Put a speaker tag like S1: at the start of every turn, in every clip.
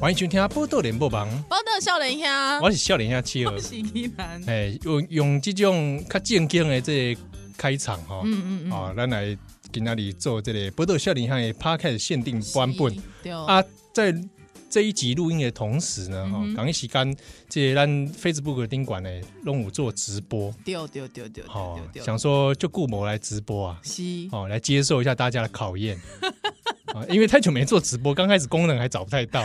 S1: 欢迎收听《波多联播网》，
S2: 报道少年兄，
S1: 我是笑脸下企鹅
S2: 我。是依兰。
S1: 哎，用用这种较正经的这个开场哈，
S2: 嗯嗯嗯，
S1: 哦，咱来今仔日做这个《波多笑脸下》的 p a r k 限定版本
S2: 是对啊，
S1: 啊，在这一集录音的同时呢，哈、
S2: 嗯哼
S1: 同一时间，这个咱 Facebook 的宾馆呢，拢有做直播，
S2: 对对对对
S1: 哦
S2: 对，对对，
S1: 想说就顾某来直播啊，
S2: 是，
S1: 哦，来接受一下大家的考验。 啊，因为太久没做直播，刚开始功能还找不太到，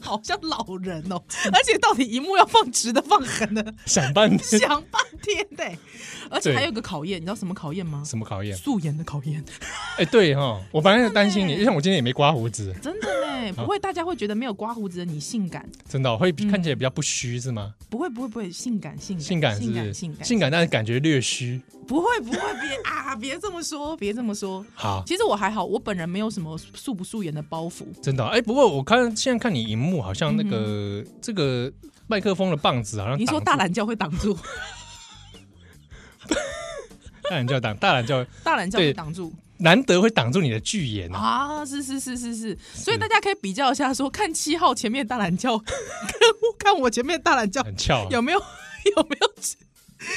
S2: 好像老人哦，而且到底荧幕要放直的放横的，
S1: 想 半天
S2: 想半天呢、而且
S1: 对
S2: 还有一个考验，你知道什么考验吗？
S1: 什么考验？
S2: 素颜的考验，
S1: 哎、对哈，我本来是担心你，像我今天也没刮胡子，
S2: 真的呢，不会大家会觉得没有刮胡子的你性感，
S1: 真的哦、
S2: 嗯
S1: 会比看起来比较不虚是吗？
S2: 不会不会不会性感性感
S1: 性感是
S2: 性
S1: 不
S2: 感
S1: 是？
S2: 性感，
S1: 性感但是感觉略虚。
S2: 不会不会别啊别这么说别这么说，
S1: 好，
S2: 其实我还好，我本人没有什么素不素颜的包袱，
S1: 真的哦哎、不过我看现在看你荧幕，好像那个、这个麦克风的棒子好像
S2: 嗯你说大
S1: 挡住
S2: 懒觉会挡住，
S1: 大懒叫挡大懒叫，
S2: 大懒觉
S1: 对
S2: 会挡住。
S1: 难得会挡住你的巨眼啊！
S2: 啊，是是是是
S1: 嗯
S2: 是，所以大家可以比较一下说看七号前面大懒觉， 跟我看我前面大懒觉
S1: 很 翘啊、
S2: 有没有有 没有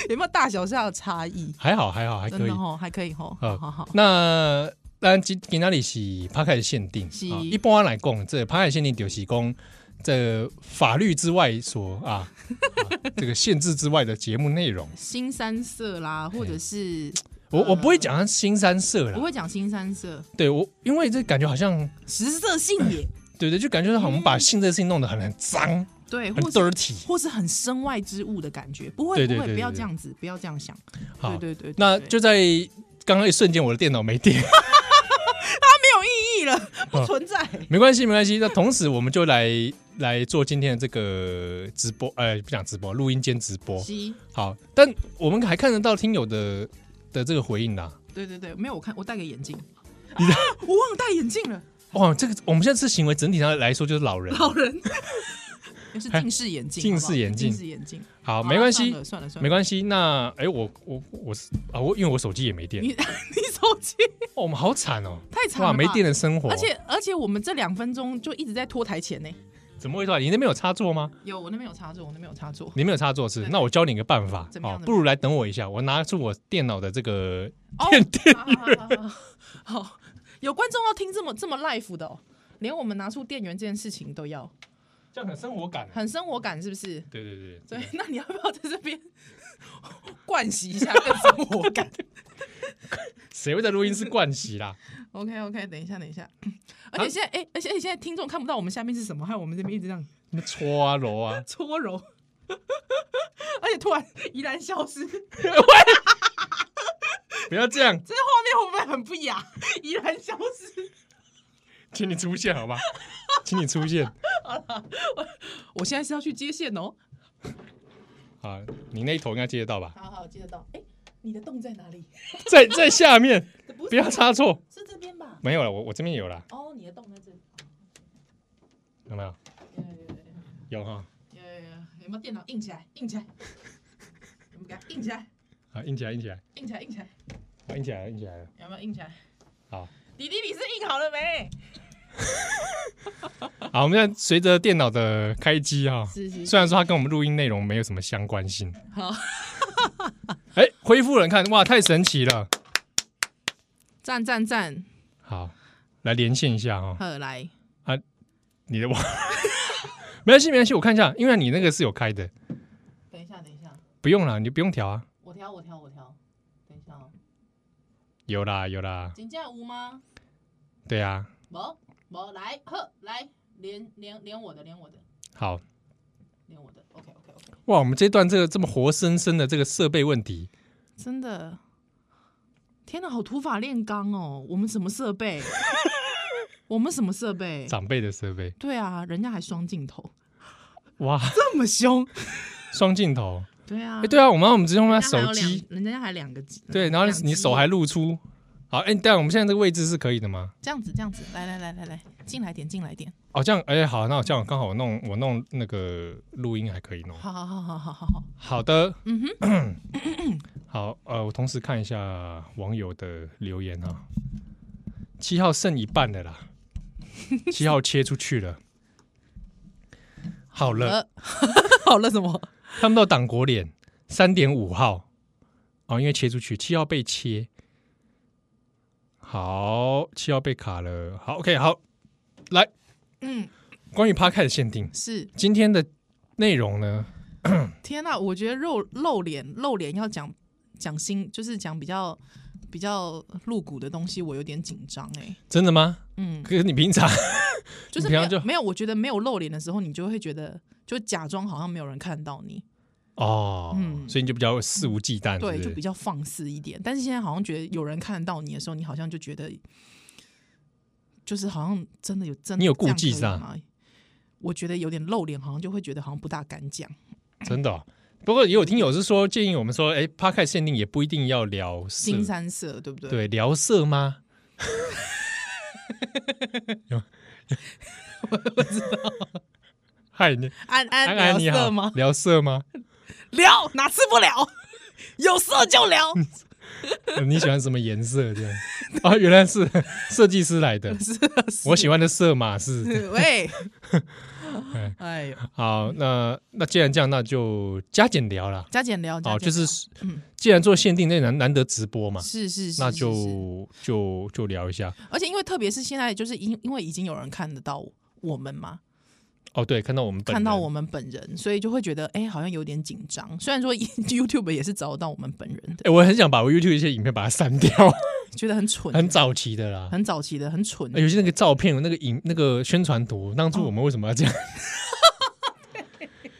S2: 有没有大小上的差异？
S1: 还好还好还
S2: 真
S1: 可以
S2: 的。哦，还可以哦，
S1: 呃
S2: 好好好，
S1: 那咱今今那里是拍开始限定，
S2: 是
S1: 啊一般来讲，这拍开始限定就是讲这法律之外所 啊啊这个限制之外的节目内容。
S2: 新三色啦，或者
S1: 嗯
S2: 是
S1: 我我不会讲它新三色啦，
S2: 不会讲新三色，
S1: 对我因为这感觉好像
S2: 食色性也，
S1: 对对，就感觉好像我们把性这个事情弄得很很脏、
S2: 对，
S1: 很
S2: 或是
S1: dirty。
S2: 或是很身外之物的感觉，不
S1: 对
S2: 会
S1: 对
S2: 不会，
S1: 对
S2: 不要
S1: 对
S2: 这样子，不要这样想，对
S1: 好，
S2: 对对，对
S1: 那
S2: 对
S1: 就在刚刚一瞬间，我的电脑没 电，
S2: 没有意义了，不存在，
S1: 没关系没关系。那同时我们就来来做今天的这个直播，呃，不讲直播，录音间直播。
S2: 是
S1: 好，但我们还看得到听友的的这个回应啦。
S2: 对对对，没有，我看我戴个眼镜，啊 我忘了戴眼镜 了。
S1: 哇，这个我们现在是行为整体上来说就是老人。哎
S2: 老人， 是近视眼镜，
S1: 近
S2: 好不好
S1: 视眼镜
S2: 近视眼镜，
S1: 好，
S2: 好
S1: 没关系
S2: 算，了算了算
S1: 没
S2: 了，
S1: 关系。那哎、我我我是啊，我因为我手机也没电，
S2: 你你手机
S1: 哦，我们好惨哦，
S2: 太长了
S1: 哇，
S2: 吧，
S1: 没电的生活，
S2: 而且而且我们这两分钟就一直在拖台前呢。
S1: 怎么会啊断？你那边有插座吗？
S2: 有，我那边有插座，我那边有 插座。
S1: 你没有插座是？
S2: 对
S1: 那我教你一个办法
S2: 怎，么样
S1: 哦，
S2: 呢
S1: 不如来等我一下，我拿出我电脑的这个
S2: 哦
S1: 电电，
S2: 好好好好好好，有观众要听这么这么 life 的哦，连我们拿出电源这件事情都要，
S1: 这样很生活感。
S2: 很生活感是不是？
S1: 对对对，这
S2: 对
S1: 个，
S2: 那你要不要在这边 灌洗一下更生活感？
S1: 谁会在录音室灌洗啦？
S2: OK OK，等一下等一下，而且现在哎、而且而且现在听众看不到我们下面是什么，还有我们这边一直这样
S1: 什么搓啊揉啊，
S2: 搓揉，而且突然 怡然消失，这后
S1: 不要这样，
S2: 面会不会很不雅？怡然消失，
S1: 请你出现好吧，请你出现。
S2: 我现在是要去接线哦。
S1: 啊，你那一头应该接得到吧？
S2: 好好，接得到。哎、你的洞在哪里？
S1: 在在下面，
S2: 不
S1: 不要插错。
S2: 是这边吧？
S1: 没有了，我我这边有了，
S2: 哦，你的洞在这里。
S1: 有没有？
S2: 有有
S1: 有哈，
S2: 有有有有没有电脑硬起来？硬起来，我们给它硬起来，
S1: 好，印起来，印起来，
S2: 硬起来，硬起来，
S1: 好，印起来，印起来了。
S2: 有没有硬起来？
S1: 好，
S2: 弟弟，你是硬好了没？
S1: 好，我们现在随着电脑的开机哈，
S2: 是是
S1: 虽然说它跟我们录音内容没有什么相关性，
S2: 好，
S1: 哎，恢复了，你看，哇，太神奇了。
S2: 赞赞赞，
S1: 好，来连线一下哈，
S2: 好来。
S1: 你的网， 没关系，没关系，我看一下，因为你那个是有开的，
S2: 等一下，等一下，
S1: 不用啦，你不用调啊。
S2: 我调，我调，我调。等一下哦，
S1: 有啦，有啦，
S2: 真正有吗？
S1: 对啊，
S2: 没，没来，呵，来连连连我的，连我的，
S1: 好，
S2: 连我的。OK OK OK，
S1: 哇，我们这段这个这么活生生的这个设备问题，
S2: 真的，天哪，好土法炼钢哦！我们什么设 备？我们什么设备？
S1: 长辈的设备，
S2: 对啊，人家还双镜头，
S1: 哇，
S2: 这么凶。
S1: 双镜头，
S2: 对啊，
S1: 哎、对啊，我们我们直接用它
S2: 人家还有
S1: 手
S2: 两
S1: 机，，
S2: 人家还两个机。
S1: 对，然后
S2: 两
S1: 你
S2: 机
S1: 你手还露出，好，哎、但我们现在这个位置是可以的吗？
S2: 这样子，这样子，来来来来来，进来点，进来点。
S1: 哦，这样，哎、好，那我这样刚好我弄我弄那个录音还可以弄，
S2: 好好好好好好好。
S1: 好的，
S2: 嗯
S1: 哼， 好，呃，我同时看一下网友的留言啊。七号剩一半的啦，七号切出去了，好了，
S2: 呃，好了什么？
S1: 他们到党国脸三点五号，哦，因为切出去，七号被切，好，七号被卡了，好，OK，好，来，
S2: 嗯，
S1: 关于 p a r k 的限定，
S2: 是
S1: 今天的内容呢，
S2: 天呐，我觉得露露脸露脸要讲讲新，就是讲比较比较露骨的东西，我有点紧张哎。
S1: 真的吗？
S2: 嗯，
S1: 可是你平常
S2: 就是
S1: 你
S2: 没
S1: 平
S2: 有
S1: 常就
S2: 没有，我觉得没有露脸的时候，你就会觉得就假装好像没有人看到你，
S1: 哦，
S2: 嗯
S1: 所以你就比较肆无忌惮，
S2: 对，
S1: 是
S2: 就
S1: 不
S2: 比
S1: 是？
S2: 较放肆一点。但是现在好像觉得有人看得到你的时候，你好像就觉得就是好像真的有真的
S1: 你有顾忌
S2: 这样可以
S1: 是
S2: 吗？我觉得有点露脸，好像就会觉得好像不大敢讲。
S1: 真的哦、不过也有听友是说建议我们说，哎 p a r k 限定也不一定要聊色，
S2: 新三色对不对？，
S1: 对，聊色吗？ 有，我不知道。 嗨，你
S2: 安安
S1: 安安你
S2: 聊
S1: 好
S2: 色吗，？
S1: 聊色吗？
S2: 聊哪次不 聊？有色就聊，
S1: 呃你喜欢什么颜色？这样 啊，原来是 设计师来的。
S2: 是啊
S1: 我喜欢的色码是
S2: 喂，哎呦，
S1: 好。那那既然这样，那就加减聊啦。
S2: 加减聊，加
S1: 好，
S2: 减
S1: 哦就是
S2: 聊嗯
S1: 既然做限定，那难难得直播嘛，
S2: 是是是，
S1: 那
S2: 是是
S1: 就就就聊一下。
S2: 而且因为特别是现在，就是因因为已经有人看得到我们嘛，
S1: 哦，对，看到我们本
S2: 看到
S1: 人
S2: 我们本人，所以就会觉得哎、好像有点紧张。虽然说 YouTube 也是找得到我们本人
S1: 哎、
S2: 的，
S1: 我很想把我 YouTube 一些影片把它删掉，
S2: 觉得很蠢，
S1: 很早期的啦。
S2: 很早期的，很蠢。
S1: 欸、有些那个照片、那个影、那个宣传图，当初我们为什么要 这样？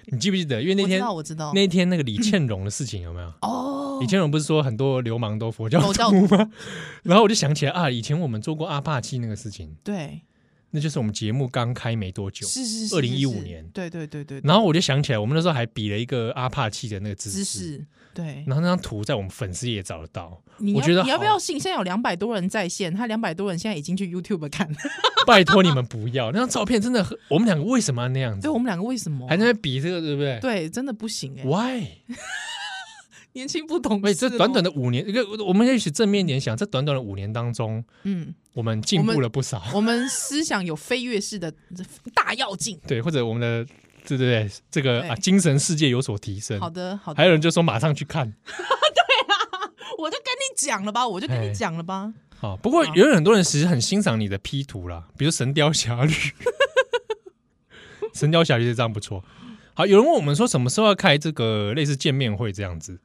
S1: 你记不记得？因为那
S2: 我知
S1: 天
S2: 道，我知道，
S1: 那天那个李倩蓉的事情有没有？
S2: 哦
S1: 李，倩蓉不是说很多流氓都佛教
S2: 佛教
S1: 徒吗？ 然后我就想起来啊，以前我们做过阿帕契那个事情，
S2: 对，
S1: 那就是我们节目刚开没多久。
S2: 是是是，
S1: 2015
S2: 是是
S1: 年嗯
S2: 对对对对，对
S1: 然后我就想起来，我们那时候还比了一个阿帕契的那个姿势，
S2: 姿势对。
S1: 然后那张图在我们粉丝页找得到。
S2: 你
S1: 我
S2: 要
S1: 觉得
S2: 你要不
S1: 好
S2: 要信？现在有两百多人在线，他两百多人现在已经去 YouTube 看了。
S1: 拜托你们不要那张照片，真的很，我们两个为什么要那样子
S2: 对？我们两个为什么
S1: 还在那边比这个，对不对
S2: 对真的不行哎、
S1: ？Why？
S2: 年轻不懂
S1: 喂，
S2: 事哦
S1: 这
S2: 咯。
S1: 短短的五年，一个我们也许正面点想，这短短的五年当中，
S2: 嗯，
S1: 我们进步了不少，
S2: 我们思想有飞跃式的大跃进。
S1: 对，或者我们的对对对，这个
S2: 对
S1: 啊精神世界有所提升。
S2: 好的，好的，
S1: 还有人就说马上去看
S2: 我就跟你讲了吧，我就跟
S1: 哎
S2: 你讲了吧。
S1: 啊，不过
S2: 好
S1: 有很多人其实很欣赏你的 P 图啦，比如《神雕侠侣》， 《神雕侠侣》这张不错。好，有人问我们说什么时候要开这个类似见面会这样子，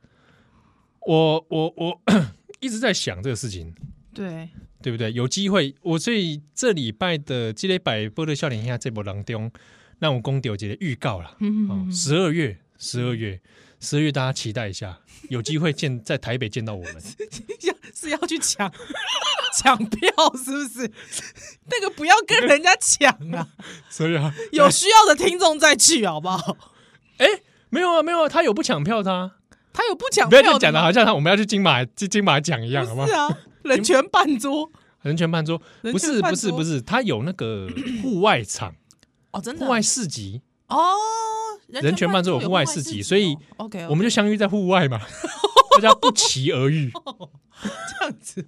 S1: 我我我 一直在想这个事情，
S2: 对，
S1: 对不对？有机会，我所以这礼拜的积累百波的笑脸下这波当中，让我公丢节的预告了。
S2: 嗯
S1: 哦，十二月，十二月，十二月，大家期待一下，有机会见在台北见到我们。
S2: 要是要去抢抢票，是不是？那个不要跟人家抢 啊，
S1: 所以啊，
S2: 有需要的听众再去好不好？
S1: 没有啊，没有啊，他有不抢票的、啊，
S2: 他有不抢
S1: 不要
S2: 票
S1: 再讲
S2: 的
S1: 的
S2: 吗，
S1: 好像他我们要去金马金金马奖一样，好吗
S2: 不是？啊，人权半桌
S1: 人权办桌
S2: 人
S1: 不是
S2: 权
S1: 不
S2: 饭
S1: 是
S2: 桌
S1: 不是，他有那个户外 场、
S2: 哦，真的
S1: 户外市集，
S2: 哦，
S1: 人权
S2: 权
S1: 半桌有
S2: 桌
S1: 户
S2: 户
S1: 外市
S2: 市
S1: 集所以
S2: OK，
S1: 我们就相遇在户外嘛， 大家不期而 遇，
S2: 哦这 样子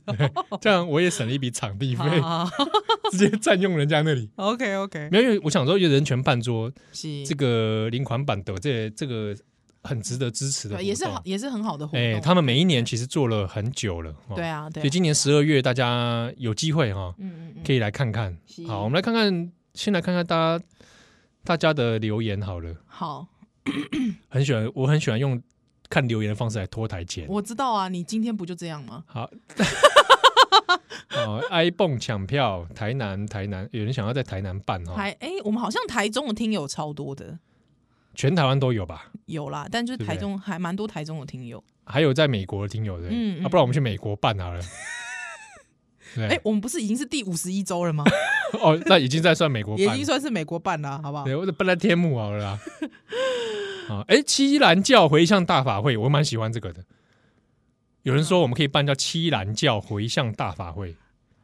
S1: 这样我也省了一笔场地费。
S2: 啊
S1: 直接占用人家那里。
S2: ，OK OK，
S1: 没有，因为我想说，因为人权办桌
S2: 是
S1: 这个零款版的这这个很值得支持的活
S2: 对，
S1: 动，
S2: 也是好，也是很好的活
S1: 哎、
S2: 动。
S1: 他们每一年其实做了很久了，哦
S2: 对，啊，对
S1: 所以
S2: 啊，
S1: 今年十二月大家有机会哈、哦，
S2: 嗯嗯
S1: 可以来看看。
S2: 是
S1: 好，我们来看看，先来看看大家大家的留言好了。
S2: 嗯，好，
S1: 很喜欢，我很喜欢用看留言的方式来拖台前。
S2: 我知道啊，你今天不就这样吗？
S1: 好。哦，iPhone 抢票，台南，台南有人想要在台南办哦哈、
S2: 台哎、我们好像台中的听友超多的，
S1: 全台湾都有吧？
S2: 有啦，但就是
S1: 对不对
S2: 台中还蛮多台中的听友。
S1: 还有在美国的听友的，
S2: 嗯嗯
S1: 啊，不然我们去美国办 好了。对，
S2: 哎、我们不是已经是第五十一周了吗？
S1: 哦，那已经在算美国
S2: 也已
S1: 办
S2: 经
S1: 了，
S2: 算是美国办了，好不好？
S1: 对，我办在天幕好了啦。 啊，哎，七兰教回向大法会，我蛮喜欢这个的。有人说
S2: 嗯
S1: 我们可以办叫七兰教回向大法会，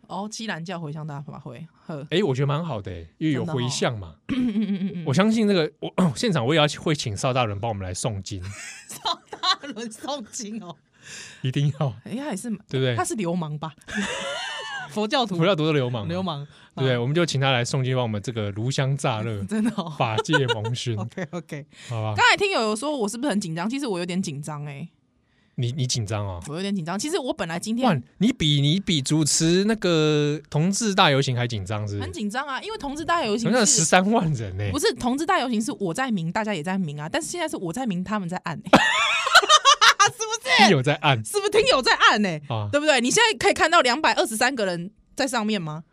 S2: 哦，基兰教回乡大法会，呵，
S1: 哎，我觉得蛮好的，因为有
S2: 真的哦
S1: 回向嘛。
S2: 嗯嗯嗯嗯嗯，
S1: 我相信这个，我哦现场我也要会请邵大人帮我们来诵 经，
S2: 大 轮诵经哦，
S1: 一定要，
S2: 哎、他也是蛮，
S1: 对不对
S2: 他？是流氓吧？ 佛教 徒
S1: 不要读的流氓嘛，
S2: 流氓，
S1: 对不对？我们就请他来诵经，帮我们这个炉香乍热
S2: 啊，真的哦。
S1: 法界蒙熏，
S2: OK OK，
S1: 好吧？
S2: 刚才听友有说我是不是很紧张？其实我有点紧张哎，
S1: 你你紧张哦？
S2: 我有点紧张。其实我本来今
S1: 哇
S2: 天，
S1: 你比你比主持那个同志大游行还紧张是不
S2: 很
S1: 是？
S2: 紧张啊，因为同志大游行
S1: 那十
S2: 是
S1: 三万人呢、
S2: 不是同志大游行是我在明，大家也在明啊，但是现在是我在明，他们在暗 欸
S1: 你有在按
S2: 是不是听友在暗呢？
S1: 啊？
S2: 对不对？你现在可以看到两百二十三个人在上面吗？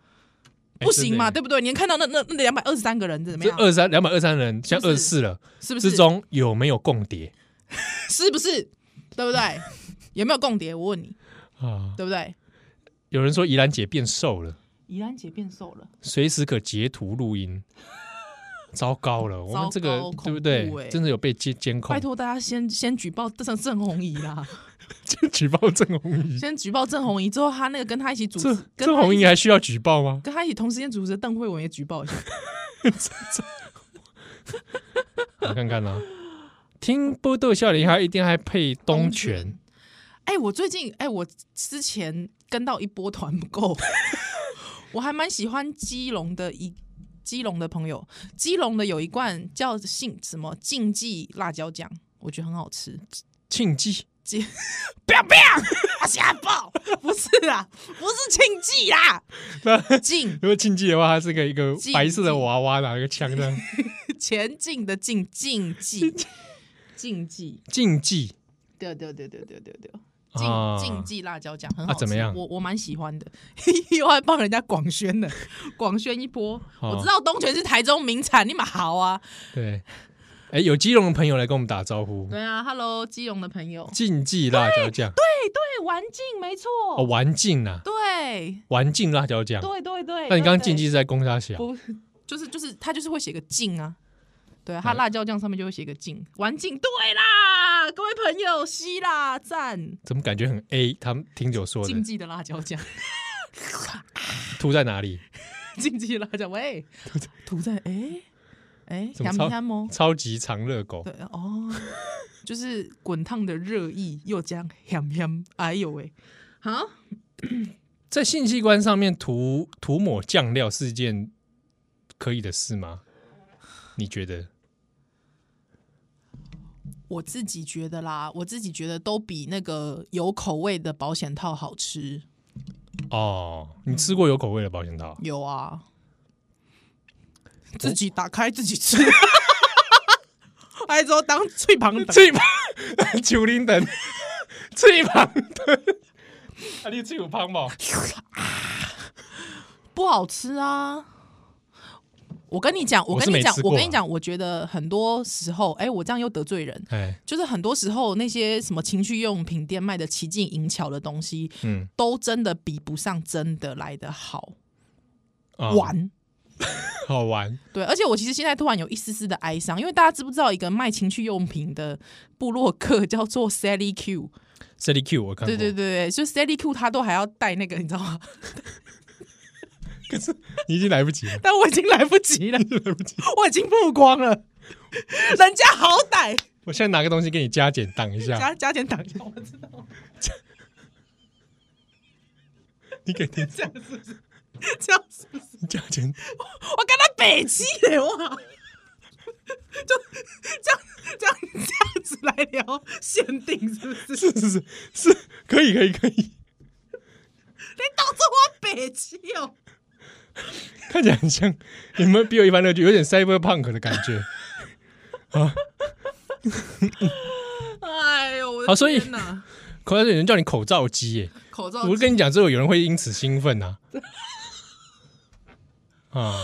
S1: 哎
S2: 不行嘛，
S1: 真
S2: 对不对？你能看到那那那两百二十三个人怎么
S1: 的耶
S2: 样
S1: 这？二三两百二三人，现在
S2: 是
S1: 二
S2: 不
S1: 四了，
S2: 是不是
S1: 之？中有没有共谍
S2: 是不是？对不对？有没有共谍？我问你，
S1: 啊？
S2: 对不对？
S1: 有人说怡兰姐变瘦了，
S2: 怡兰姐变瘦了，
S1: 随时可截图录音。 糟糕了，我们这个
S2: 糟糕
S1: 对不对
S2: 恐怖？欸
S1: 真的有被监监控
S2: 拜，托大家先先举报郑郑红怡啦，
S1: 举报郑红怡，
S2: 先举报郑红怡，之后他那个跟他一起主持
S1: 这，
S2: 跟
S1: 郑
S2: 他
S1: 红
S2: 一
S1: 怡啊
S2: 起
S1: 还需要举报 吗？
S2: 跟他一起同时间主持的邓慧文也举报一下，
S1: 我看看啊，听波豆笑脸，还一定还配东泉，。
S2: 哎、我最近哎、我之前跟到一波团购， 我还蛮喜欢基隆的一基隆的朋友，基隆的有一罐叫杏什么禁忌辣椒酱，我觉得很好吃。
S1: 庆记
S2: 不要不要，瞎报不是啦，不是禁忌啦，
S1: 那
S2: 禁
S1: 如果禁忌的话，它是个一个
S2: 禁忌
S1: 白色的娃娃，拿一个枪 的
S2: 前进的进禁忌 禁忌，
S1: 禁忌
S2: 对对对对对对对。禁
S1: 啊，
S2: 禁忌辣椒酱很好吃、
S1: 啊怎么样
S2: 我我蛮喜欢的， 又还帮人家广宣的， 广宣一波。
S1: 哦
S2: 我知道东泉是台中名产，你们好啊。
S1: 对。哎，有基隆的朋友来跟我们打招呼，
S2: 对啊，Hello，基隆的朋友，
S1: 禁忌辣椒酱对
S2: 对，玩境没错，
S1: 哦，玩禁啊，
S2: 对
S1: 玩禁辣椒酱。
S2: 对对对。
S1: 那你刚刚禁
S2: 对
S1: 忌是在攻沙小，
S2: 不就是就是他就是会写个禁啊。对啊，他辣椒酱上面就会写个禁，玩禁对啦，各位朋友，吸啦，赞，
S1: 怎么感觉很 A？他们听友说的
S2: 禁，忌的辣椒酱，
S1: 吐在哪里？
S2: 禁忌辣椒，喂，涂在哎哎，
S1: 怎么
S2: 杨
S1: 超
S2: 明吗？
S1: 超级长热狗
S2: 对哦，就是滚烫的热意又这样香香，哎呦喂，好，
S1: 在性器官上面涂涂抹酱料是一件可以的事吗？你觉得？
S2: 我自己觉得啦，我自己觉得都比那个有口味的保险套好吃。
S1: 哦，你吃过有口味的保险 套？
S2: 有啊，自己打开自己吃，还之后当脆旁的。
S1: 最旁 九零等，最旁的，啊，你最有胖吗？
S2: 不好吃啊！我跟你讲，我
S1: 我是
S2: 跟你
S1: 没
S2: 讲
S1: 吃，
S2: 我
S1: 过
S2: 跟你
S1: 啊
S2: 讲，我觉得很多时候，哎、我这样又得罪人，
S1: 哎，
S2: 就是很多时候那些什么情趣用品店卖的奇境淫巧的东西，
S1: 嗯，
S2: 都真的比不上真的来的好
S1: 啊
S2: 玩。
S1: 好玩，
S2: 对，而且我其实现在突然有一丝丝的哀伤，因为大家知不知道一个卖情趣用品的部落客叫做 Sally Q？
S1: 这里 Q 我看过，
S2: 对对对对，就 Sally Q 他都还要带那个，你知道吗？
S1: 可是你已经来不 及了，
S2: 但我已经来不及了，
S1: 来不及，
S2: 我已经曝光了。人家好歹
S1: 我现在拿个东西给你加减挡一下，
S2: 加加点挡一下，我知道
S1: 你给你
S2: 这样是不是？这样是不是？
S1: 加减，
S2: 我跟他北 极嘞，我靠就这样这样这样子来聊限定是 不是？
S1: 是是是是，可以可以可以，
S2: 你当做我北极哦？
S1: 看起来很像，有没有比我一般乐趣有点 cyberpunk 的感觉？
S2: 哎呦，我的
S1: 好所以
S2: 天哪
S1: 口罩有人叫你口罩机耶，
S2: 口罩
S1: 我跟你讲，之后有人会因此兴奋 呐、啊，啊。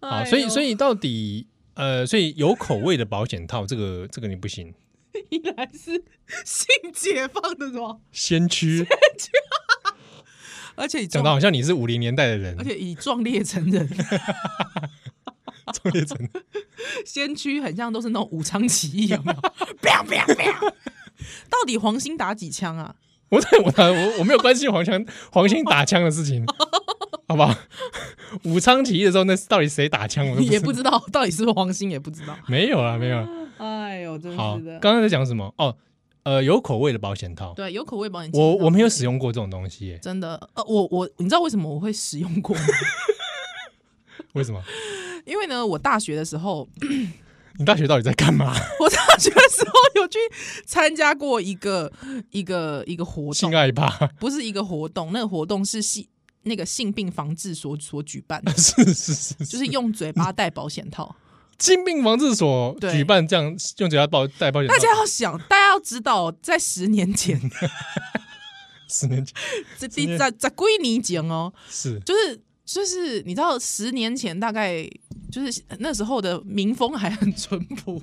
S2: 哎
S1: 好，
S2: 呦
S1: 所以所以到底呃，所以有口味的保险套，这个这个你不行，
S2: 依然是性解放的什么？
S1: 先驱
S2: 而且以
S1: 讲
S2: 壮
S1: 的，好像你是五零年代的人
S2: 而，且以壮烈成 人，
S1: 创业成
S2: 先驱很像都是那种武昌起义，有 没有？不要不要不要！到底黄兴打几枪啊？
S1: 我在我打我我没有关心黄强黄兴打枪的事 情，好不好？武昌起义的时候，那到底谁打枪，我都不
S2: 也
S1: 知
S2: 不知道，到底是不是黄兴也不知道。
S1: 啊没有啦，没有啦。
S2: 哎呦，真
S1: 好
S2: 是，的。
S1: 刚刚在讲什么？哦，呃有口味的保险套，
S2: 对，有口味保险。
S1: 我我没有使用过这种东西耶，
S2: 真的，呃，我我你知道为什么我会使用过吗？
S1: 为什么？
S2: 因为呢，我大学的时候，
S1: 你大学到底在干嘛？
S2: 我大学的时候有去参加过一个一个一个活动
S1: 性，爱 吧？，
S2: 不是一个活动，那个活动是性那个性病防治所所举办 的
S1: 是是是，
S2: 就是用嘴巴戴保险套。
S1: 嗯精病防治所
S2: 对
S1: 举办这样用嘴巴保带保险套，
S2: 大家要想，大家要知道，哦在十年前，
S1: 十年前
S2: 这
S1: 嗯十年
S2: 第在在归你讲哦，
S1: 是
S2: 就是就是你知道，十年前大概就是那时候的民风还很淳朴，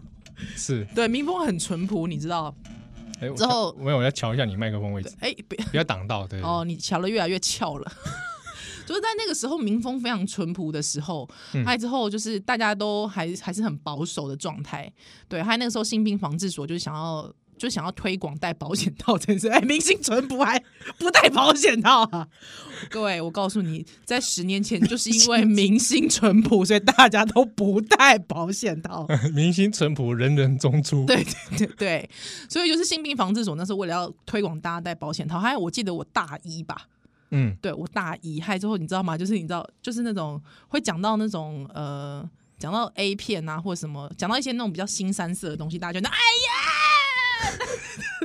S1: 是。
S2: 对，民风很淳朴，你知道？
S1: 哎，我
S2: 之后
S1: 没有，我要瞧一下你麦克风位置，
S2: 哎，不
S1: 不要挡到，对。
S2: 哦，你瞧的越来越翘了。 就是在那个时候，民风非常淳朴的时候，
S1: 嗯
S2: 还有之后就是大家都还还是很保守的状态，对，还有那个时候性病防治所就是想要就想要推广戴保险套这件事， 哎，明星淳朴还不戴保险套啊！ 各位，我告诉你，在十年前就是因为明星淳朴，所以大家都不戴保 险套，
S1: 对 明星淳朴，人人中出，
S2: 对对对对，所以就是性病防治所那时候为了要推广大家戴保险套，还有我记得我大一吧，
S1: 嗯，
S2: 对我大一，害之后你知道吗？就是你知道，就是那种会讲到那种呃，讲到 A 片啊，或者什么，讲到一些那种比较新三色的东西，大家就那哎呀，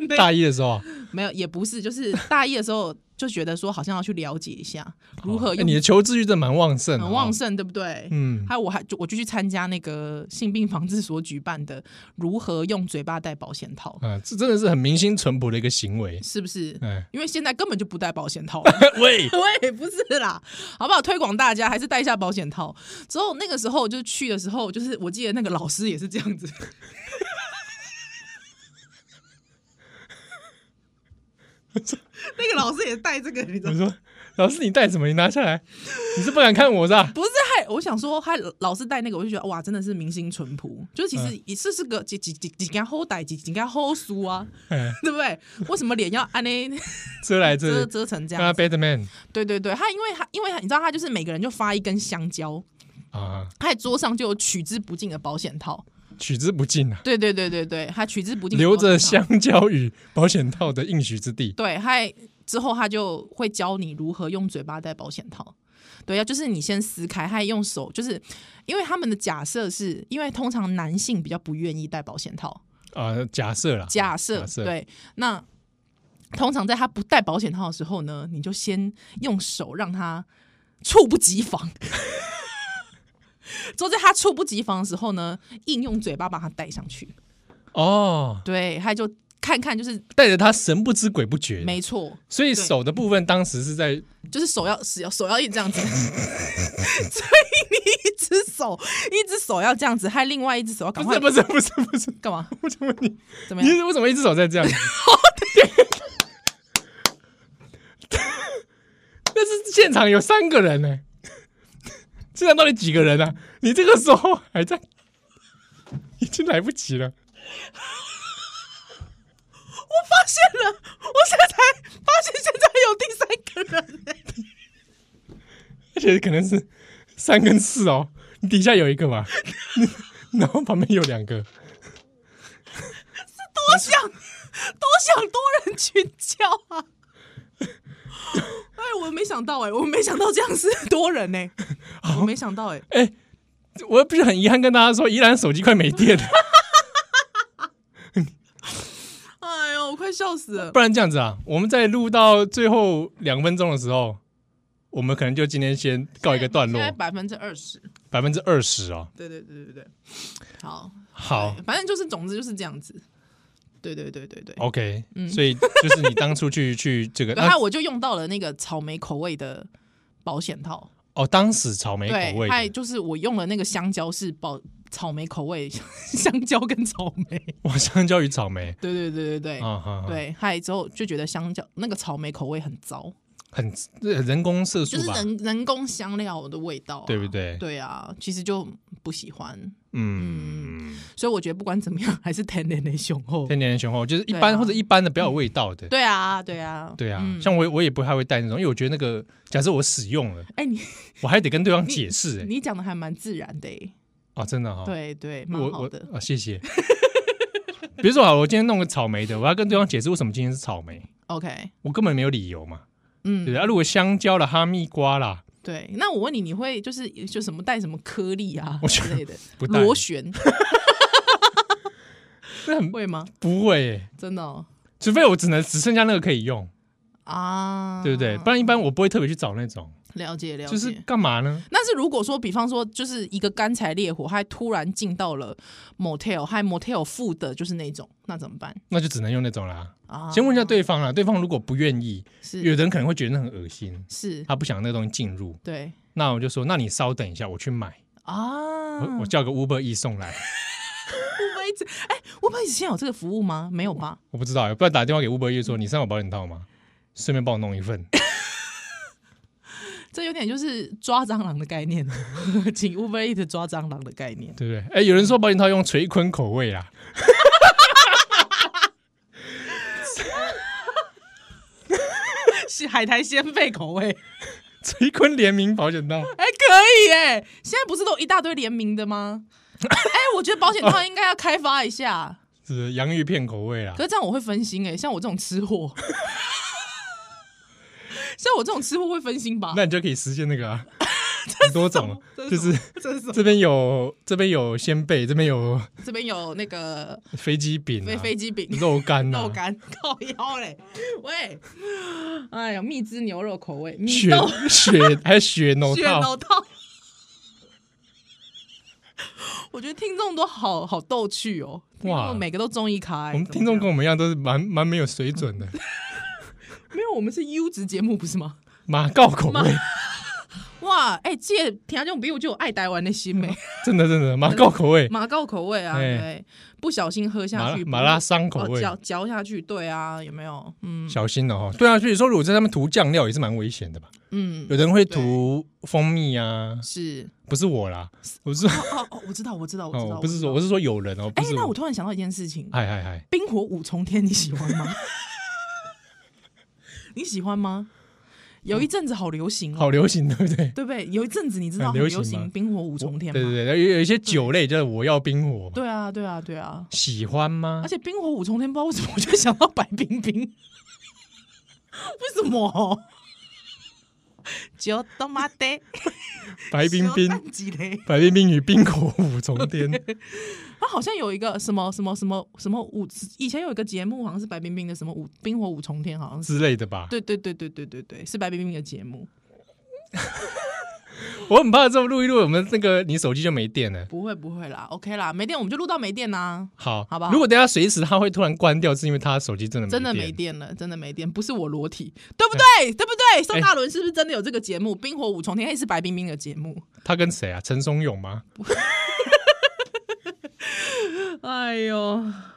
S2: 那
S1: 大一的时候啊，
S2: 没有，也不是，就是大一的时候就觉得说好像要去了解一下如何
S1: 哦哎
S2: 用
S1: 你的求知欲真的蛮旺盛，
S2: 很旺，盛，对不对？
S1: 嗯，
S2: 还有我还就我就去参加那个性病防治所举办的如何用嘴巴戴保险套，
S1: 啊，这真的是很明星淳朴的一个行为，
S2: 是不是？
S1: 哎，
S2: 因为现在根本就不戴保险套了。
S1: 喂，
S2: 对，不是啦，好不好？推广大家还是戴一下保险套。之后那个时候就去的时候，就是我记得那个老师也是这样子，那个老师也戴这个，你知道
S1: 我
S2: 吗？
S1: 说老师你带什么？你拿下来，你是不敢看我是吧？
S2: 不是害，我想说害老师戴那个，我就觉得哇，真的是明星淳朴，就是其实也是是个几几几几根厚带，几几根厚梳啊，
S1: 哎，
S2: 对不对？为什么脸要按呢
S1: 遮来遮
S2: 遮
S1: 去，
S2: 遮成这
S1: 啊
S2: 样？
S1: ，Batman
S2: 对对对，他因为他因为他你知道他就是每个人就发一根香蕉，
S1: 啊，
S2: 他在桌上就有取之不尽的保险套。
S1: 取之不尽啊，
S2: 对对对对对，他取之不尽，
S1: 留着。香蕉与保险套的应许之地，
S2: 对，还之后他就会教你如何用嘴巴戴保险套。对呀、就是你先撕开，还用手，就是因为他们的假设是因为通常男性比较不愿意戴保险套，
S1: 啊，假设啦，
S2: 假设
S1: 假设
S2: 对，那通常在他不戴保险套的时候呢，你就先用手让他猝不及防。 之后在他猝不及防的时候呢，硬用嘴巴把它戴上去，
S1: 哦，
S2: 对，他就看看就是
S1: 带着他神不知鬼不觉，
S2: 没错，
S1: 所以手的部分当时是在
S2: 就是手要手要手要一直这 样子，所以你一只手一只手要这样子，还另外一只手要赶
S1: 不
S2: 快
S1: 是不是不是不是，
S2: 干嘛？
S1: 我想问你，
S2: 怎么
S1: 你
S2: 样？
S1: 是为什么一只手在 这样？ 那是现场有三个人呢、现场到底几个人啊？你这个时候还在，已经来不及了。
S2: 我发现了，我现在才发现现在有第三个人欸、
S1: 而且可能是三跟四哦，你底下有一个嘛， 你然后旁边有两个，
S2: 多想多想多人群叫啊！哎，我没想到哎、我没想到这样是多人 呢、我没想到哎、
S1: 哎、我不是很遗憾跟大家说，宜兰手机快没电了，
S2: 哎呦，我快笑死了！
S1: 不然这样子啊，我们在录到最后两分钟的时候，我们可能就今天先告一个段落
S2: 现在，百分之二十，
S1: 百分之二十哦。
S2: 对对对对对，好，
S1: 好
S2: 对反正就是，总之就是这样子。对对对对对。
S1: ，OK，、所以就是你当初 去去这个，
S2: 嗯
S1: 啊
S2: 然
S1: 哦那
S2: 后我就用到了那个草莓口味的保险套，
S1: 哦，当时草莓口
S2: 对，还 有
S1: 味的，
S2: 就是我用了那个香蕉是保草莓口味， 香蕉跟草莓，
S1: 哇，香蕉与草莓
S2: 对对对对对，
S1: 啊，哈、哈，
S2: 对，还有之后就觉得香蕉那个草莓口味很糟，
S1: 很这人工色素
S2: 就是
S1: 吧，
S2: 人人工香料的味道啊、
S1: 对不对？
S2: 对啊，其实就不喜欢，
S1: 嗯，
S2: 所以我觉得不管怎么样，还是天然的雄厚。
S1: 天然雄厚就是一
S2: 对
S1: 般、
S2: 啊
S1: 或者一般的比较有味道的，
S2: 对啊，对啊，
S1: 对啊，
S2: 嗯
S1: 像我我也不太会带那种，因为我觉得那个假设我使用了，
S2: 哎、你
S1: 我还得跟对方解释、哎，
S2: 你讲的还蛮自然的、欸，
S1: 啊，真的哈、哦，
S2: 对对，蛮
S1: 我
S2: 好的。
S1: 我啊，谢谢。 比如说，好了，我今天弄个草莓的，我要跟对方解释为什么今天是草莓，
S2: OK，
S1: 我根本没有理由嘛。对不
S2: 嗯，
S1: 对啊，如果香蕉啦、哈密瓜啦，
S2: 对。那我问你，你会就是就什么带什么颗粒啊
S1: 我觉
S2: 之
S1: 得
S2: 类的
S1: 不带
S2: 螺旋
S1: 那很
S2: 会吗？
S1: 不会耶，
S2: 真的哦
S1: 除非我只能只剩下那个可以用，
S2: 啊，
S1: 对不对？不然一般我不会特别去找那种，
S2: 了解了解。
S1: 就是干嘛呢？
S2: 但是如果说，比方说，就是一个干柴烈火，还突然进到了 motel，还 motel 附的就是那种，那怎么办
S1: 那就只能用那种啦。
S2: 啊？
S1: 先问一下对方啦，对方如果不愿意，有
S2: 是
S1: 的人可能会觉得那很恶心，
S2: 是，
S1: 他不想那个东西进入，
S2: 对
S1: 那我就说，那你稍等一下，我去买，
S2: 啊，
S1: 我我叫个 Uber E 送来。
S2: 乌龟子，哎，乌龟子现在有这个服务吗？没有吧？
S1: 我不知道，不然打电话给 Uber E 说，你身上有保险套吗？顺便帮我弄一份。
S2: 这有点就是抓蟑螂的概念， 请 Uber Eat 抓蟑螂的概念。
S1: 对不对？哎、有人说保险套用垂坤口味啦。
S2: 是海苔鲜贝口味，
S1: 垂坤联名保险套，
S2: 哎、可以哎、现在不是都有一大堆联名的吗？哎、我觉得保险套应该要开发一下，
S1: 是不是洋芋片口味啦
S2: 可。是这样我会分心哎、像我这种吃货，像我这种吃货会分心吧？
S1: 那你就可以实现那个、 啊、很多种，啊
S2: 这
S1: 就是是
S2: 这是什么？
S1: 这边有这边有鲜贝，这边有
S2: 这边有那个
S1: 飞机饼、
S2: 飞
S1: 啊、
S2: 飞机饼、
S1: 肉干啊呐、
S2: 豆干、靠腰嘞，喂，哎呀，蜜汁牛肉口味，米
S1: 雪
S2: 豆
S1: 雪还有雪浓
S2: 血
S1: 套，
S2: 脑套。 我觉得听众都好好逗趣哦，听
S1: 哇
S2: 众每个都中一咖、欸。
S1: 我们
S2: 怎么
S1: 听众
S2: 这
S1: 跟
S2: 样
S1: 我们一样都是蛮蛮没有水准的，
S2: 没有，我们是优质节目不是吗？
S1: 马告口味，
S2: 哇，哎、这听众比我就有爱台湾的心美，
S1: 真的真的马告口味，
S2: 马告口味啊，
S1: 哎
S2: 对，不小心喝
S1: 马
S2: 下去，
S1: 马拉桑口
S2: 哦
S1: 味，
S2: 嚼嚼下去，对啊，有没有？嗯
S1: 小心了哈。对啊，所以说如果在上面涂酱料也是蛮危险的吧？
S2: 嗯，
S1: 有的人会涂蜂蜜啊，
S2: 是
S1: 不是我啦，我是说
S2: 哦哦哦，我知道，我知道，我知
S1: 哦，
S2: 道，
S1: 我不是
S2: 知道
S1: 说我是说有人哦，不
S2: 哎、
S1: 是
S2: 那我
S1: 我，
S2: 突然想到一件事情，
S1: 嗨嗨嗨，
S2: 冰火五重天你喜欢 吗？你喜欢吗？有一阵子好流行哦，
S1: 好流行对不对？
S2: 对不对？有一阵子你知道
S1: 很
S2: 很
S1: 流
S2: 流
S1: 行吗
S2: 行冰火五重天
S1: 对
S2: 吗？
S1: 对对，有有一些酒类就是我要冰火，
S2: 对啊，对啊，对啊！
S1: 喜欢吗
S2: 而？且冰火五重天，不知道为什么我就想到白冰冰，为什么？就他妈的
S1: 白冰冰，
S2: 几嘞？
S1: 白冰冰与冰火五重 天，
S2: 他好像有一个什么什么什么什么五，以前有一个节目，好像是白冰冰的什么五冰火五重天，好像是。
S1: 之类的吧。
S2: 对对对对对对对，是白冰冰的节目。
S1: 我很怕这么录一录，我们那个你手机就没电了。
S2: 不会不会啦，OK 啦，没电我们就录到没电啊啦、
S1: 好，
S2: 好吧
S1: 如果等一下随时它会突然关掉，是因为它手机真的
S2: 真的没
S1: 没电。
S2: 电了，真的没电，不是我裸体，对不对？对不对？
S1: 哎
S2: 宋大伦是不是真的有这个节目《冰火五重天》？哎，是白冰冰的节目。
S1: 它跟谁啊？陈松勇吗？
S2: 哎呦，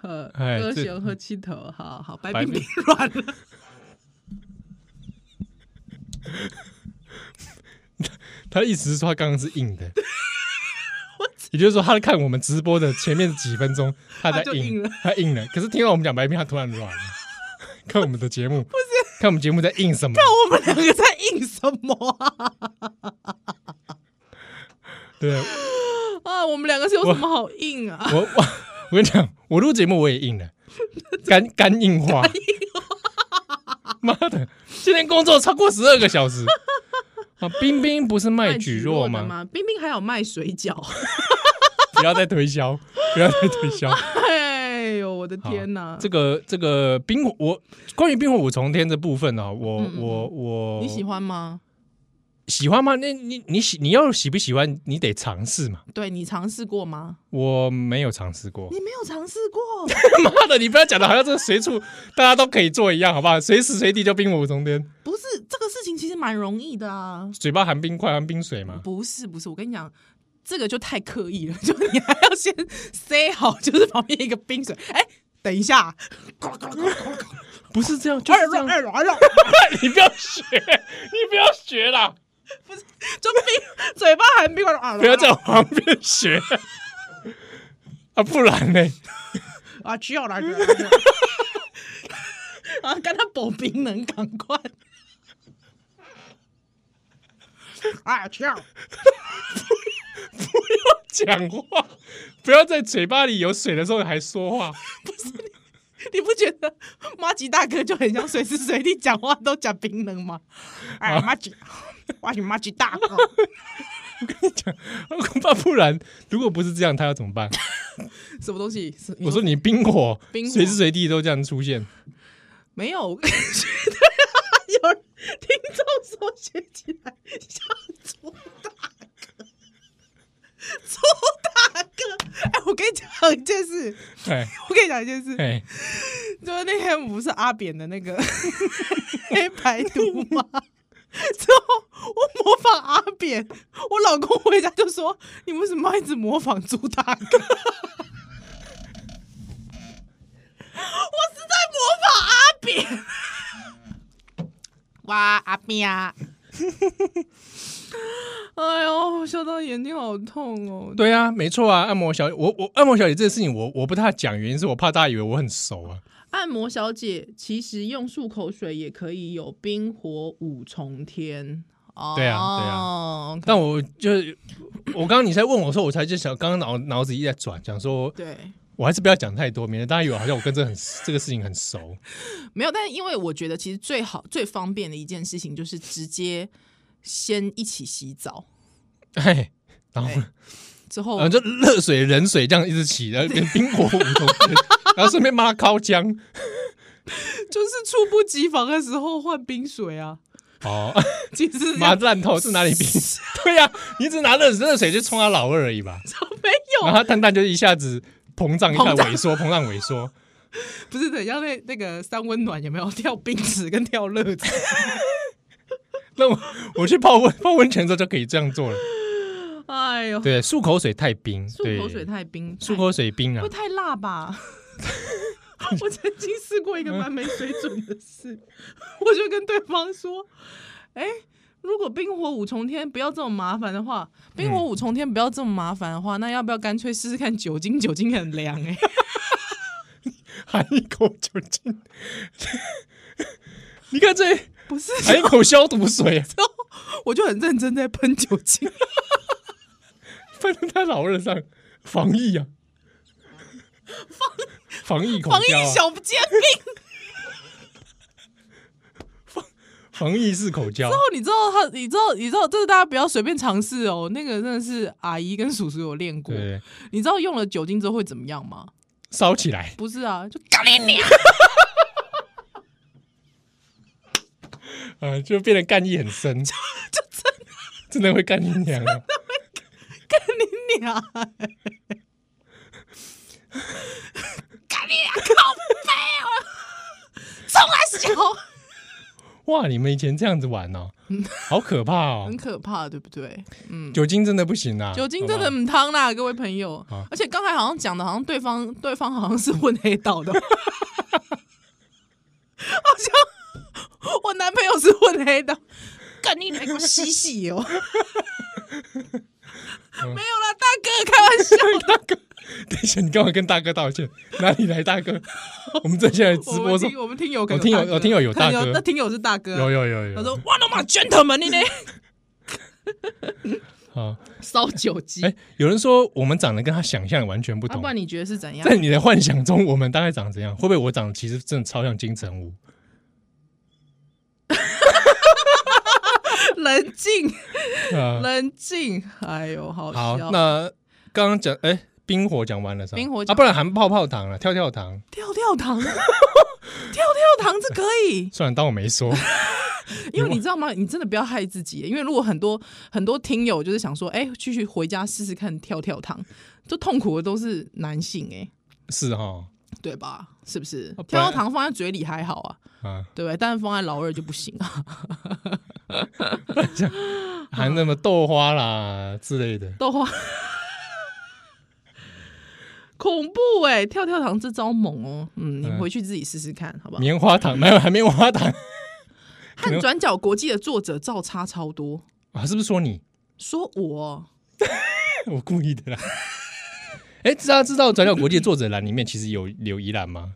S2: 呃，
S1: 哎
S2: 歌
S1: 这
S2: 雄和气头，好好，白
S1: 白
S2: 冰
S1: 冰
S2: 冰 软了，
S1: 他的意思是说他刚刚是硬 的，也就是说他在看我们直播的前面几分 钟，他在
S2: 他就
S1: 硬，
S2: 硬了
S1: 他硬了。可是听到我们讲白冰，他突然软 了。看我们的节目，不是看我们节目在硬什么？
S2: 啊我们两个在硬什么啊？
S1: 对
S2: 啊，我们两个是有什么好硬啊？
S1: 我我我跟你讲，我录节目我也硬 了，肝肝硬化。妈的，今天工作超过十二个小时啊！冰冰不是卖
S2: 举
S1: 蒟
S2: 弱
S1: 蒻
S2: 的
S1: 吗？
S2: 吗？冰冰还有卖水饺，
S1: 不要再推销，不要再推销。
S2: 哎呦，我的天哪！
S1: 这个这个冰火，我关于冰火五重天的部分呢、我、我我
S2: 你喜欢吗？
S1: 喜欢吗？那你你喜你要喜不喜欢？你得尝试嘛。
S2: 对你尝试过吗？
S1: 我没有尝试 过
S2: 你。没有尝试过。
S1: 妈的，你不要讲的好像这个随处大家都可以做一样，好不好？随时随地就冰火五重天，
S2: 不是这个事情，其实蛮容易的啊。
S1: 嘴巴含冰块含冰水嘛。
S2: 不是不是，我跟你讲，这个就太刻意了，就你还要先塞好，就是旁边一个冰水。哎、等一下，
S1: 不是这样，就是
S2: 二
S1: 这
S2: 楼
S1: 样。
S2: 二楼二 楼，
S1: 你不要学，你不要学啦，
S2: 就冰嘴巴含冰块，二 楼
S1: 不要在我旁边学。啊，不然呢？
S2: 啊，需要来。
S1: 嗯
S2: 啊，跟他保冰能赶快。啊，需要
S1: 讲话，不要在嘴巴里有水的时候还说话。
S2: 你不觉得马吉大哥就很像随时随地讲话都讲冰冷吗？
S1: 啊
S2: 哎，马吉，我是马吉大 哥，
S1: 恐怕不然，如果不是这样，他要怎么办？
S2: 什么东西？是
S1: 我说你冰火，
S2: 冰火
S1: 随时随地都这样出现，
S2: 没有，我跟你觉得有听众说学起来像朱大哥，朱大哥。哎，我跟你讲一件事，
S1: 哎
S2: 我跟你讲一件事，
S1: 哎，
S2: 就是那天不是阿扁的那个 黑白图吗？之后我模仿阿扁，我老公回家就说：“你为什么要一直模仿朱大哥？” 我是在模仿阿扁。哇，阿扁啊！ 哎呦，我笑到眼睛好痛哦！
S1: 对啊，没错啊，按摩小我我按摩小姐这个事情我，我不太讲，原因是我怕大家以为我很熟啊。
S2: 按摩小姐其实用漱口水也可以有冰火五重天。哦
S1: 对啊对
S2: 啊
S1: 但我就是我刚刚你在问我说，我才就想，刚刚脑脑子一直在转，想说
S2: 对，
S1: 我还是不要讲太多，免得大家以为好像我跟这很这个事情很熟。
S2: 没有，但是因为我觉得其实最好最方便的一件事情就是直接先一起洗澡，
S1: 哎，然后
S2: 对之后、
S1: 然后就热水、冷水这样一直起，然后跟冰火五重天，然后顺便骂他靠姜
S2: 就是猝不及防的时候换冰 水啊，
S1: 哦。
S2: 其实是这
S1: 妈
S2: 样
S1: 烂头是哪 里冰？对呀、你只拿热热水去冲他老二而已吧，
S2: 没
S1: 然
S2: 有，
S1: 后他蛋蛋就一下子膨胀，一下
S2: 膨胀
S1: 萎缩，膨胀萎缩。
S2: 不是等一下那那个三温暖有没 有跳冰池跟跳热池？
S1: 那我我去泡温泡温泉的时候就可以这样做了。
S2: 哎 呦，
S1: 对，漱口水太冰，
S2: 漱口水
S1: 对
S2: 太冰，
S1: 漱口水冰啊
S2: 会，太辣吧？我曾经试过一个蛮没水准的事，我就跟对方说：“哎、如果冰火五重天不要这么麻烦的话，冰火五重天不要这么麻烦的话，那要不要干脆试试看酒精？酒精很凉哎、
S1: 含一口酒精。 你看这
S2: 不 是？
S1: 含一口消毒水，
S2: 我就很认真在喷酒精，
S1: 放在他老二上，防疫啊，防防疫口
S2: 防
S1: 胶、
S2: 疫
S1: 啊，
S2: 小不见病。
S1: 防疫式口胶
S2: 然。后哦你知道他，你知道，你知道，这个大家不要随便尝试哦。那个真的是阿姨跟叔叔有练过，
S1: 对，
S2: 你知道用了酒精之后会怎么样吗？
S1: 烧起来，
S2: 不是啊，就
S1: 呃，就变得干意很 深，就真的真的会干你娘啊！
S2: 你 啊！干你啊！靠背
S1: 哦
S2: 啊！冲啊小，
S1: 哇，你们以前这样子玩哦， 好可怕哦
S2: 很！可怕，对不对？嗯，
S1: 酒精真的不行啊，
S2: 酒精真的
S1: 好不好啊
S2: 很汤啦，各位朋友
S1: 好。
S2: 而且刚才好像讲的，好像对方对方好像是混黑道 的，好像我男朋友是混黑道。干你来给我嬉戏
S1: 嗯
S2: 哦！没有啦，大哥，开玩笑。
S1: 大哥，等一下，你干嘛跟大哥道歉？哪里来大哥？我们这现在直播
S2: 我们
S1: 中
S2: 听我们听友可
S1: 我
S2: 能
S1: 听友我听友有大
S2: 大哥
S1: 哥
S2: 可能那听友是大哥啊，
S1: 有有有
S2: 他
S1: 有
S2: 说：“哇，那么 gentleman 你呢？
S1: 啊！
S2: 烧酒鸡
S1: 哎，有人说我们长得跟他想象完全不
S2: 啊，
S1: 同
S2: 不，然你觉得是怎样
S1: 在？你的幻想中，我们大概长怎样？会不会我长得其实真的超像金城武？
S2: 冷静，
S1: 啊，
S2: 冷静，哎呦，好
S1: 好，
S2: 笑。
S1: 那刚刚讲哎。冰火讲完了是吧？
S2: 冰火
S1: 啊，
S2: 讲
S1: 不然含泡泡糖了，跳跳糖。
S2: 跳跳 糖，跳跳糖这可以，
S1: 虽然当我没说，
S2: 因为你知道吗？你真的不要害自己，因为如果很多很多听友就是想说，哎、去去回家试试看跳跳糖，就痛苦的都是男性、
S1: 是哈
S2: 哎，对吧？是不是
S1: 啊？不
S2: 跳
S1: 然
S2: 跳糖放在嘴里还好啊，
S1: 啊，
S2: 对不对？但是放在老二就不行啊，
S1: 含什么豆花啦之类的。
S2: 豆花。 恐怖哎、跳跳糖这招猛哦，嗯，你
S1: 嗯
S2: 回去自己试试看，好不好？
S1: 棉花糖，没 有，还棉花糖
S2: 和转角国际的作者照差超多，
S1: 啊？是不是说你？
S2: 说我哦
S1: 我故意的啦。 哎、大家知道《转角国际》的作者栏里面其实有刘怡兰吗？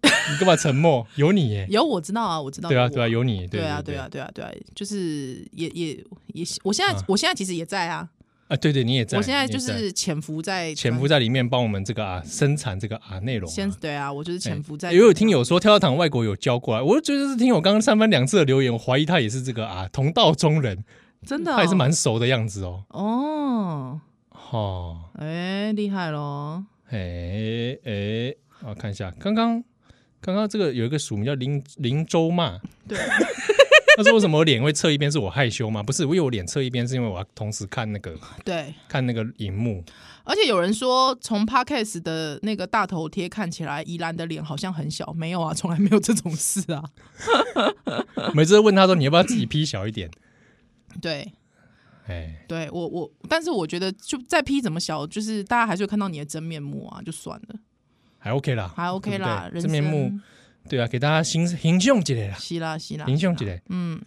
S1: 你干嘛沉 默？有你耶，
S2: 有我知道啊，我知道，
S1: 对啊，
S2: 有我
S1: 对啊，有你，
S2: 对啊，
S1: 对
S2: 对啊，，对啊，对啊，就是也也也，我现在、
S1: 啊
S2: 我现在其实也在啊，
S1: 啊，对对，你也在，
S2: 我现在就
S1: 你也
S2: 是潜伏在
S1: 在潜伏在里面帮我们这个啊生产这个啊内容啊、
S2: 先对啊，我就是
S1: 哎
S2: 潜伏在。
S1: 也有听友说跳跳糖外国有教过来，我就觉得是听友刚刚三番两次的留言，我怀疑他也是这个啊同道中人，
S2: 真的哦，
S1: 他也是蛮熟的样子哦。
S2: 哦，
S1: 哦，
S2: 哎，厉害喽！
S1: 哎哎，我看一下，刚刚刚刚这个有一个署名叫林林州骂，
S2: 对，
S1: 他说为什么我脸会侧一边是我害羞吗？不是，因为我脸侧一边是因为我要同时看那个
S2: 对，
S1: 看那个荧幕，
S2: 而且有人说，从 podcast 的那个大头贴看起来，宜兰的脸好像很小，没有啊，从来没有这种事 啊。
S1: 每次问他说你要不要自己 P 小一点，
S2: 对，
S1: 哎，
S2: 对我我，但是我觉得就再 P 怎么小，就是大家还是会看到你的真面目啊，就算了，
S1: 还 OK 啦，
S2: 还 OK 啦
S1: 对，不对
S2: 人
S1: 这
S2: 生
S1: 面目对啊，给大家形形象起来啦，
S2: 希啦希啦，
S1: 形象起来，
S2: 嗯，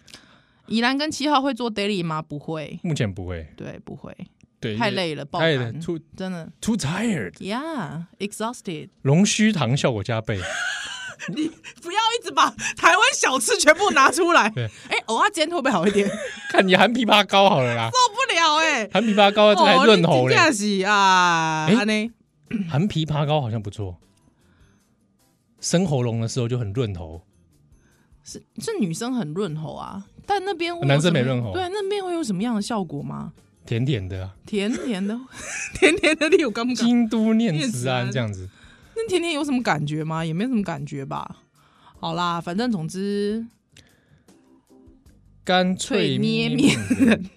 S2: 宜兰跟七号会做 daily 吗？不会，
S1: 目前不会，
S2: 对，不会，
S1: 对，
S2: 太累了，爆
S1: 太累了
S2: 肝，
S1: ，too
S2: 真的
S1: too tired，
S2: ，Yeah，exhausted，
S1: 龙须糖效果加倍，
S2: 不要一直把台湾小吃全部拿出来，
S1: 对
S2: 哎，偶尔煎会不会好一 点？受
S1: 看你含枇杷膏好了啦，
S2: 不了哎，
S1: 含枇杷膏这还润喉
S2: 哦你
S1: 嘞
S2: 真，的是啊，
S1: 哎
S2: 安尼
S1: 含枇杷膏好像不错，生喉咙的时候就很润喉，
S2: 是是女生很润喉啊，但那边会有
S1: 男生
S2: 什么
S1: 没润喉
S2: 对，那边会有什么样的效果吗？
S1: 甜甜的啊，
S2: 甜甜的， 甜甜的，你有感觉？
S1: 京都念
S2: 念
S1: 慈
S2: 慈
S1: 庵
S2: 庵
S1: 这样子，
S2: 那甜甜有什么感觉吗？也没什么感觉吧。好啦，反正总之
S1: 干脆
S2: 脆捏
S1: 面人。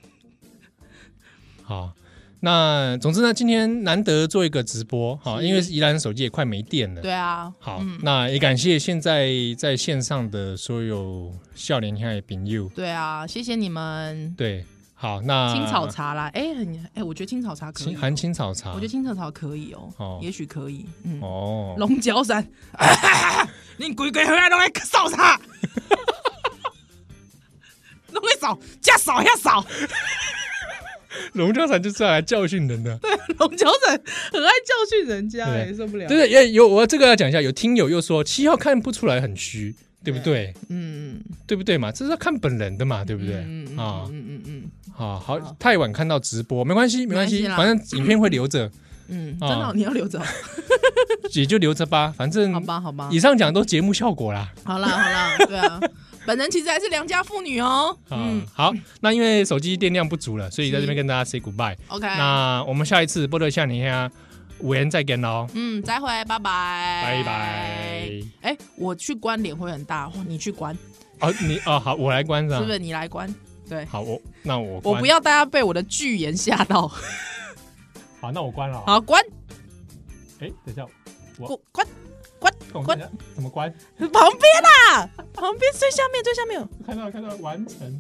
S1: 好，那总之呢，今天难得做一个直播，好，
S2: 是
S1: 因为宜兰手机也快没电了。
S2: 对啊，
S1: 好，那也感谢现在在线上的所有笑脸和朋友。
S2: 对啊，谢谢你们。
S1: 对，好，那
S2: 青草茶啦，哎、很哎、我觉得青草茶可以
S1: 啊青，含青草茶，
S2: 我觉得青草茶可以哦、
S1: 哦
S2: 也许可以。嗯，
S1: 哦，
S2: 龙角散， 你鬼鬼回来拢爱哎扫茶，拢爱扫，加扫遐扫，
S1: 龙角散就是要来教训人的。对
S2: 龙角散很爱教训人家、
S1: 对
S2: 哎，受不了。
S1: 对，也有我这个要讲一下，有听友又说七号看不出来很虚，对不对？
S2: 嗯，
S1: 对不对嘛？这是要看本人的嘛，对不对？
S2: 嗯嗯
S1: 啊
S2: 嗯嗯嗯
S1: 啊，好
S2: 好，
S1: 太晚看到直播没关系，没关系，
S2: 没关系啦
S1: 反正影片会留 着，
S2: 嗯，真
S1: 啊
S2: 的哦、你要留着哦，
S1: 也就留着吧。反正
S2: 好吧，好吧。
S1: 以上讲都节目效果啦。
S2: 好啦 好啦，对啊，本人其实还是良家妇女哦。
S1: 啊、
S2: 嗯
S1: 好，那因为手机电量不足了，所以在
S2: 是哎
S1: 这边跟大家 say goodbye。
S2: ，OK，
S1: 那我们下一次波特夏你下，五言再见 喽，
S2: 嗯，再会，拜拜，
S1: 拜
S2: 拜
S1: 拜。
S2: 哎，我去关脸会很大，或你去关，
S1: 哦，你哦，好，我来关上
S2: 是不。是？你来关，对
S1: 好，我那我
S2: 我
S1: 关
S2: 不。要大家被我的巨言吓 到。
S1: 好，那我关了啊。
S2: 好，关
S1: 哎、等一下，
S2: 关关
S1: 我看
S2: 关
S1: 一下怎么关？
S2: 旁边啊，旁边最下面最下面有
S1: 看到看到完成。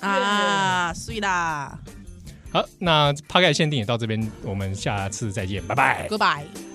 S2: 啊，碎啦
S1: 好，那 p 盖限定也到这边，我们下次再见，拜拜。
S2: ，Goodbye。